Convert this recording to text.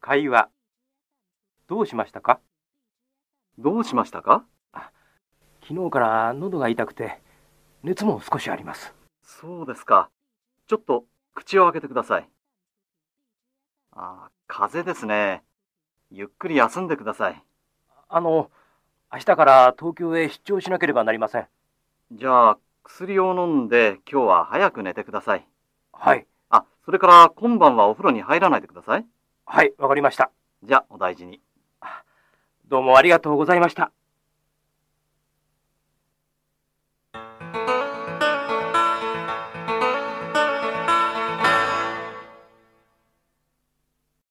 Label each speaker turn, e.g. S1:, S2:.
S1: 会話どうしましたか
S2: どうしましたか
S1: 昨日から喉が痛くて熱も少しあります
S2: そうですか。ちょっと口を開けてください。あー、風邪ですね。ゆっくり休んでください。
S1: あの明日から東京へ出張しなければなりません
S2: じゃあ、薬を飲んで今日は早く寝てください。
S1: はい
S2: あ、それから今晩はお風呂に入らないでください。
S1: はいわかりました
S2: じゃあ、お大事に。
S1: どうもありがとうございました